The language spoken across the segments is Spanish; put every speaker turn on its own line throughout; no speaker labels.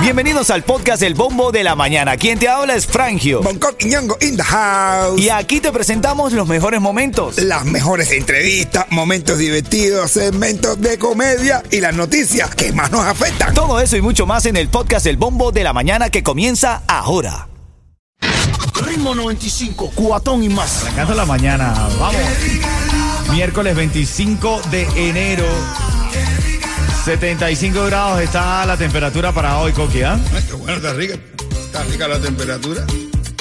Bienvenidos al podcast El Bombo de la Mañana. Quien te habla es Frangio.
Bangkok y Ñongo in the house.
Y aquí te presentamos los mejores momentos.
Las mejores entrevistas, momentos divertidos, segmentos de comedia y las noticias que más nos afectan.
Todo eso y mucho más en el podcast El Bombo de la Mañana que comienza ahora.
Ritmo 95, cuatón y más.
Arrancando la mañana, vamos. Miércoles 25 de enero. 75 grados está la temperatura para hoy, Coqui, ¿ah?
Ay, qué bueno, está rica. Está rica la temperatura.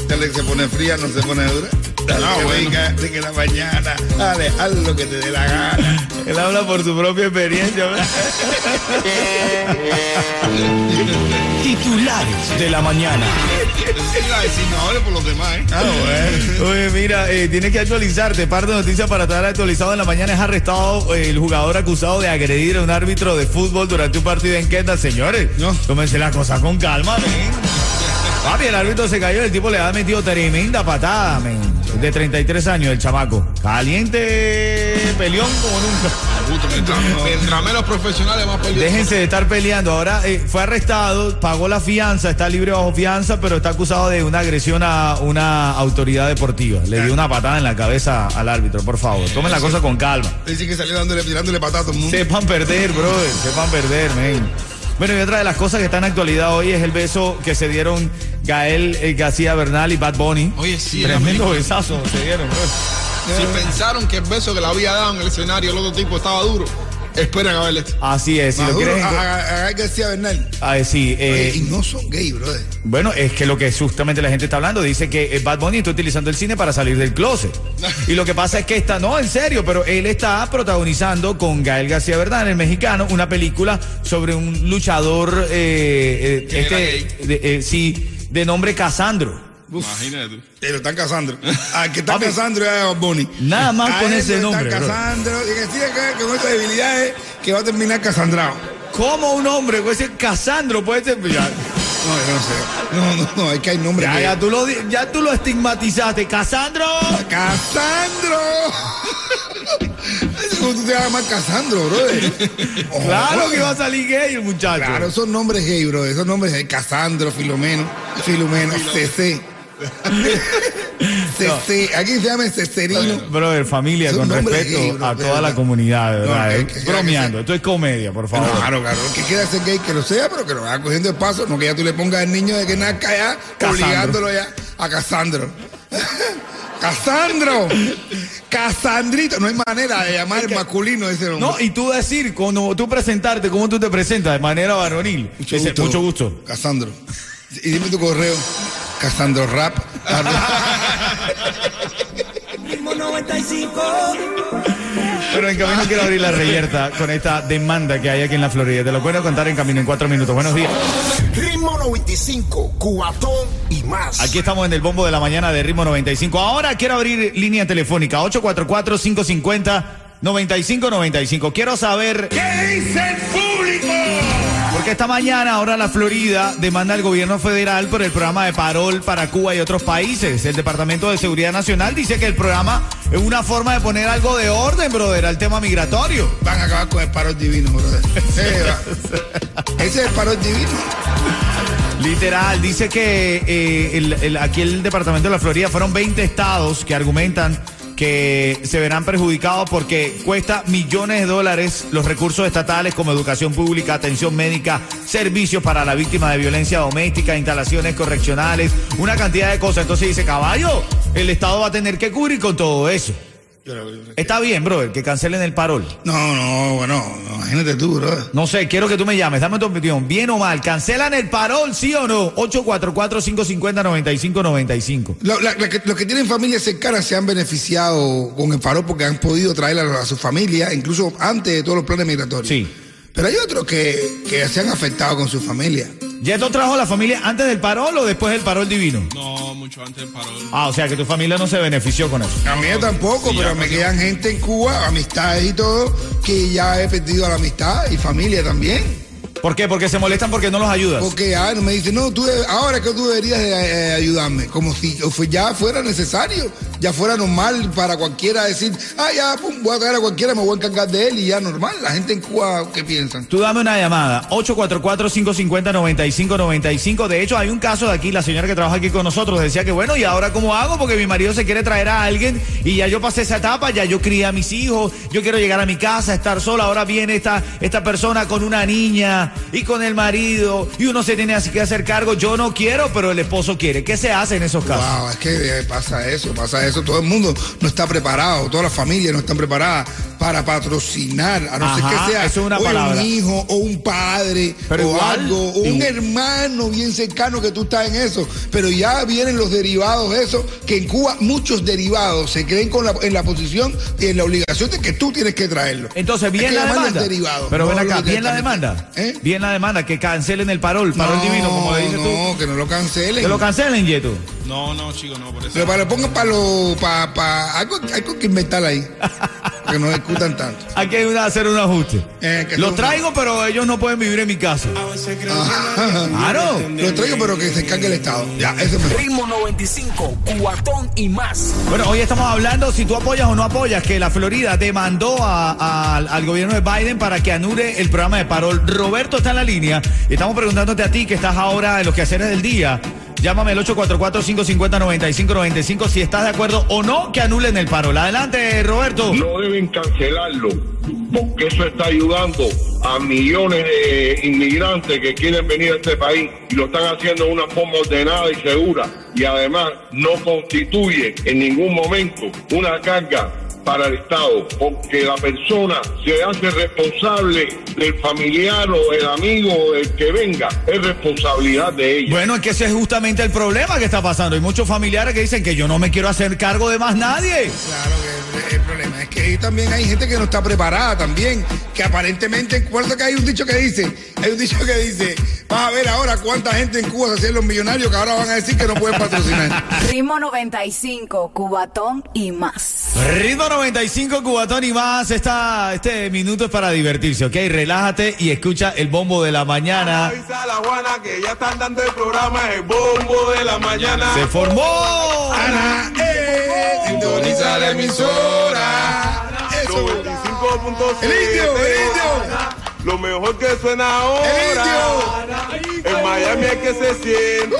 Ya le- Se pone fría, no se pone dura. Dale, que venga, de que la mañana. Ah, Dale, haz lo que te dé la gana.
Él habla por su propia experiencia. ¿verdad?
Titulares de la mañana.
Iba a decir, no hable por los demás, ¿eh? Ah, bueno.
Oye, mira, eh, tienes que actualizarte. Parte de noticias para estar actualizado en la mañana es arrestado eh, el jugador acusado de agredir a un árbitro de fútbol durante un partido en Kendall. Señores,
No.
tómense la cosa con calma, men. Papi, el árbitro se cayó, el tipo le ha metido tremenda patada, men. De 33 años, el chamaco. Caliente, peleón como nunca.
Justo, mientras, mientras menos profesionales, más peligrosos.
Déjense de estar peleando. Ahora eh, fue arrestado, pagó la fianza, está libre bajo fianza, pero está acusado de una agresión a una autoridad deportiva. Le dio una patada en la cabeza al árbitro, por favor. Tomen la cosa con calma.
Dice que salió dándole, tirándole patada a todo el mundo.
Sepan perder, brother. Sepan perder, men. Bueno, y otra de las cosas que está en actualidad hoy es el beso que se dieron Gael eh, García Bernal y Bad Bunny.
Oye, sí, la
Tremendo besazo se dieron, brother.
Si pensaron que el beso que le había dado en el escenario el otro tipo estaba duro, esperan a ver este.
Así es, si lo
Maduro,
quieres.
a,
enco-
a- a Gael García Bernal.
Ah, sí, eh,
Oye, y no son gay, brother.
Bueno, es que lo que justamente la gente está hablando dice que eh, Bad Bunny está utilizando el cine para salir del closet. Y lo que pasa es que está, no, en serio, pero él está protagonizando con Gael García Verdán, el mexicano, una película sobre un luchador, eh, eh,
Que era
este, de, eh, sí, de nombre Casandro.
Imagínate. Te lo están casando. Al que está
Papi.
casando es a Bad Bunny.
Nada más
A
con
él
ese
lo
nombre,
Están
bro.
casando. Y que sigue acá con esas debilidades que va a terminar casandrado.
¿Cómo un hombre con ese Casandro puede ser? Ya,
No, yo no sé. No, no, no. Es que hay nombres.
ya,
que-
ya tú, lo, di- ya tú lo estigmatizaste. ¡Casandro!
¡Casandro! Es como tú te llamas Casandro, brother. Ojo,
Claro que
brother.
va a salir gay el muchacho.
Claro, esos nombres gay, bro. Esos nombres de Casandro, Filomeno, Filomeno, CC. CC. Aquí se llama Cecerino.
Brother, familia,
Es un
con
nombre
respeto
gay, bro,
a
de
toda
verdad.
la comunidad, de
No,
verdad.
es
eh.
que-
bromeando, esto es comedia, por favor.
Claro, claro. El que quiera ser gay, que lo sea, pero que lo vaya cogiendo de paso. No que ya tú le pongas al niño de que nazca ya,
Casandro.
obligándolo ya a Casandro. ¡Casandro! ¡Casandrito! No hay manera de llamar masculino ese nombre.
No, y tú decir, cuando tú presentarte, ¿cómo tú te presentas? De manera varonil. Dice, Mucho gusto.
Casandro. Y dime tu correo. Casandro Rap.
Pero en camino quiero abrir la reyerta con esta demanda que hay aquí en la Florida. Te lo puedo contar en camino en cuatro minutos. Buenos días.
Ritmo 95, cuatón y más.
Aquí estamos en el bombo de la mañana de Ritmo 95. Ahora quiero abrir línea telefónica 844-550-9595. Quiero saber...
¿Qué dice el público?
Porque esta mañana ahora la Florida demanda al gobierno federal por el programa de parol para Cuba y otros países. El Departamento de Seguridad Nacional dice que el programa es una forma de poner algo de orden, brother, al tema migratorio.
Van a acabar con el parol divino, brother. Se va. Ese es el parol divino.
Literal, dice que eh, el- el- aquí el Departamento de la Florida fueron 20 estados que argumentan que se verán perjudicados porque cuesta millones de dólares los recursos estatales como educación pública, atención médica, servicios para la víctima de violencia doméstica, instalaciones correccionales, una cantidad de cosas. Entonces dice, caballo, el Estado va a tener que cubrir con todo eso. Está bien, brother, que cancelen el parol.
No, no, bueno, imagínate tú, brother.
No sé, quiero que tú me llames, dame tu opinión, bien o mal, cancelan el parol, sí o no, 844-550-9595.
Lo- la- la que- los que tienen familias cercanas se han beneficiado con el parol porque han podido traer a, a su familia, incluso antes de todos los planes migratorios.
Sí.
Pero hay otros que, que se han afectado con su familia.
¿Yeto trajo la familia antes del parol o después del parol divino?
No, mucho antes del parol.
Ah, o sea que tu familia no se benefició con eso.
A mí tampoco,
Sí,
pero
ya
me quedan gente en Cuba, amistades y todo, que ya he perdido la amistad y familia también.
¿Por qué? Porque se molestan porque no los ayudas.
Porque ah, no me dice, no, tú deb- ahora que tú deberías de, eh, ayudarme, como si yo fue- ya fuera necesario ya fuera normal para cualquiera decir, ah, ya, pum, voy a caer a cualquiera, me voy a encargar de él y ya normal. La gente en Cuba, ¿qué piensan?
Tú dame una llamada, 844-550-9595. De hecho, hay un caso de aquí, la señora que trabaja aquí con nosotros decía que, bueno, ¿y ahora cómo hago? Porque mi marido se quiere traer a alguien y ya yo pasé esa etapa, ya yo crié a mis hijos, yo quiero llegar a mi casa, estar sola. Ahora viene esta, esta persona con una niña y con el marido y uno se tiene así que hacer cargo. Yo no quiero, pero el esposo quiere. ¿Qué se hace en esos casos?
Wow, es que eh, pasa eso, pasa eso. Todo el mundo no está preparado, todas las familias no están preparadas para patrocinar, a no ser
Ajá,
que sea
eso es una
o
palabra.
un hijo o un padre
Pero
o
igual,
algo, o un
igual.
hermano bien cercano que tú estás en eso. Pero ya vienen los derivados de eso, que en Cuba muchos derivados se creen con la, en la posición y en la obligación de que tú tienes que traerlo.
Entonces,
Hay que
bien la
llamarlos
demanda.
derivados,
Pero
no
ven
los
acá, bien la
directamente.
demanda.
¿Eh?
Bien la demanda, que cancelen el parol, parol divino, como dices
no,
tú.
que no lo cancelen.
Que lo cancelen, Yeto.
No, no, chico, no, por eso.
Pero para lo pongan para lo. Para, para, algo, algo que inventar ahí. Para que no discutan tanto.
Hay que una- hacer un ajuste.
Eh, que
Lo
son-
traigo, pero ellos no pueden vivir en mi casa.
Ah,
Claro.
Lo traigo, pero que se encargue el Estado. Ya, eso es mejor.
Ritmo 95, cuatón y más.
Bueno, hoy estamos hablando si tú apoyas o no apoyas que la Florida demandó a- a- al gobierno de Biden para que anule el programa de parol. Roberto está en la línea. Estamos preguntándote a ti que estás ahora en los quehaceres del día. Llámame al 844-550-9595 si estás de acuerdo o no que anulen el parol. Adelante, Roberto.
No deben cancelarlo, porque eso está ayudando a millones de inmigrantes que quieren venir a este país y lo están haciendo de una forma ordenada y segura. Y además no constituye en ningún momento una carga para el Estado, porque la persona se hace responsable del familiar o el amigo o el que venga, es responsabilidad de ella.
Bueno, es que ese es justamente el problema que está pasando. Hay muchos familiares que dicen que yo no me quiero hacer cargo de más nadie.
Claro que el- el problema es que ahí también hay gente que no está preparada también, que aparentemente recuerdo que hay un dicho que dice, hay un dicho que dice, vas a ver ahora cuánta gente en Cuba se hacen los millonarios que ahora van a decir que no pueden patrocinar.
Ritmo 95, Cubatón y más.
Ritmo 95, Cubatón y más. Esta, este minuto es para divertirse, ¿ok? Relájate y escucha el bombo de la mañana.
Avisa a la Juana que ya están dando el programa El Bombo de la Mañana.
¡Se formó!
Sintoniza la emisora. Eso.
95.7.
El indio, el indio.
Lo mejor que suena ahora. En Miami es que se siente.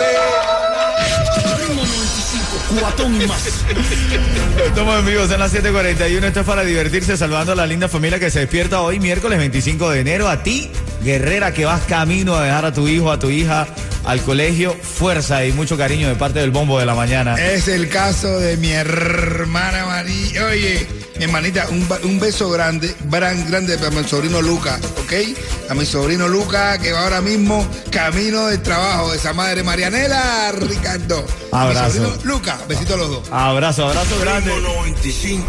cuatón y más.
Estamos en vivo, son las 7:41. Esto es para divertirse, salvando a la linda familia que se despierta hoy, miércoles 25 de enero. A ti, guerrera, que vas camino a dejar a tu hijo, a tu hija al colegio. Fuerza y mucho cariño de parte del bombo de la mañana.
Eh.
Es el caso de mi hermana María. Oye, mi hermanita, un, ba- un beso grande, gran, grande para mi sobrino Luca, ¿ok? A mi sobrino Luca, que va ahora mismo camino del trabajo de esa madre Marianela, Ricardo. A mi
Abrazo.
sobrino Luca, besito a los dos.
Abrazo, abrazo grande.
95,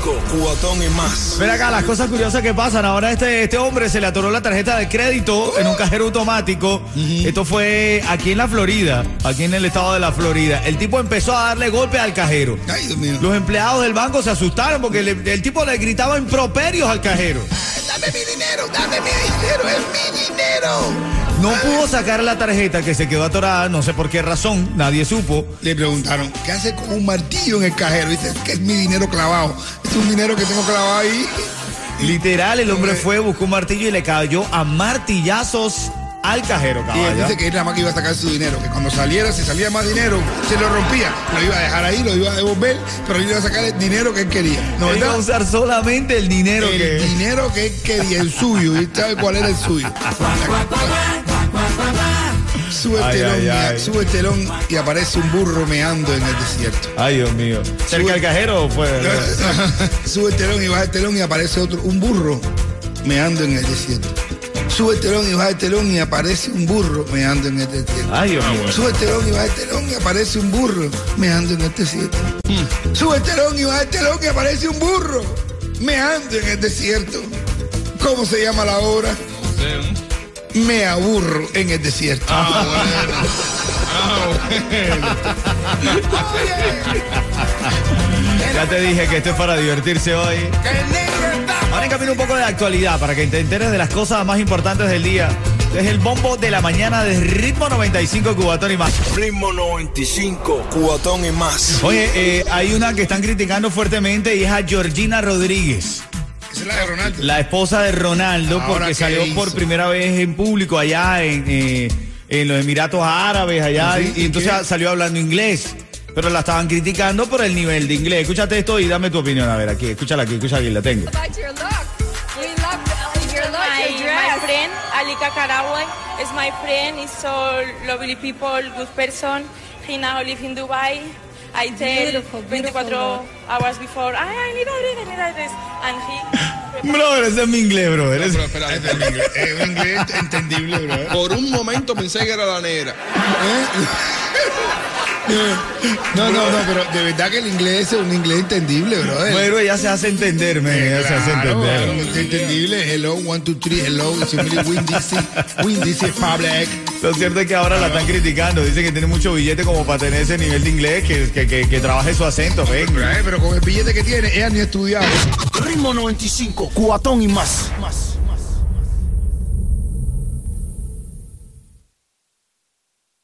cuatón y más.
Ver acá, las cosas curiosas que pasan. Ahora este, este hombre se le atoró la tarjeta de crédito en un cajero automático. Esto fue aquí en la Florida, aquí en el estado de la Florida. El tipo empezó a darle golpe al cajero.
Ay, Dios mío.
Los empleados del banco se asustaron porque le- el tipo le gritaba improperios al cajero.
Dame mi dinero, dame mi dinero, es mi dinero.
No pudo sacar la tarjeta que se quedó atorada, no sé por qué razón, nadie supo.
Le preguntaron, ¿qué hace con un martillo en el cajero? Dice, es que es mi dinero clavado. Es un dinero que tengo clavado ahí.
Literal, el hombre fue, buscó un martillo y le cayó a martillazos al cajero,
Y él
caballo.
dice que él nada más que iba a sacar su dinero, que cuando saliera, si salía más dinero, se lo rompía. Lo iba a dejar ahí, lo iba a devolver, pero él iba a sacar el dinero que él quería. ¿No
Él iba a
verdad?
usar solamente el dinero
El
que...
dinero que él quería, el suyo, y él sabe cuál era el suyo. Sube el
Ay,
telón,
ay,
mea-
ay.
sube el telón y aparece un burro meando en el desierto.
Ay, Dios mío. ¿Cerca del cajero fue?
Sube el telón y baja el telón y aparece otro, un burro meando en el desierto. Sube el telón y baja el telón y aparece un burro meando en el desierto.
Ay, Dios mío.
Sube el telón y baja el telón y aparece un burro meando en el desierto.
Mm.
Sube el telón y baja el telón y aparece un burro meando en el desierto. ¿Cómo se llama la obra? Me aburro en el desierto.
Ah, Ya te dije que esto es para divertirse hoy. Ahora en camino un poco de actualidad para que te enteres de las cosas más importantes del día. Este es el bombo de la mañana de ritmo 95 Cubatón y más.
Ritmo 95, Cubatón y más.
Oye, eh, hay una que están criticando fuertemente y es a Georgina Rodríguez.
Esa es la de Ronaldo.
La esposa de Ronaldo,
Ahora,
porque
¿qué
salió
hizo?
por primera vez en público allá en, eh, en los Emiratos Árabes, allá,
¿Ah, sí?
y, y entonces
¿Qué?
salió hablando inglés. Pero la estaban criticando por el nivel de inglés. Escúchate esto y dame tu opinión. A ver, aquí, escúchala aquí, escúchala aquí, la tengo.
about your look. We love your look,
my,
your
my
dress.
friend Alika Karawan is my friend. He's so lovely people, good person. He now live in Dubai. I tell
Beautiful,
24
beautiful.
hours before, I, I need a dress, I need a dress. And he
Brother, ese es mi inglés, brother.
Pero espera, es un inglés, es un inglés entendible, bro.
Por un momento pensé que era la negra.
No, no, no, pero de verdad que el inglés es un inglés entendible, bro.
Bueno, ella se hace entender, man, ella se hace
Claro,
entender.
es entendible. Hello, one, two, three, hello. It's really windy, see. windy, see, public.
Lo cierto es que ahora la están criticando. Dicen que tiene mucho billete como para tener ese nivel de inglés, que, que, que, que trabaje su acento, venga.
Pero, eh, pero con el billete que tiene, ella ni ha estudiado.
Ritmo 95, cuatón y más. más.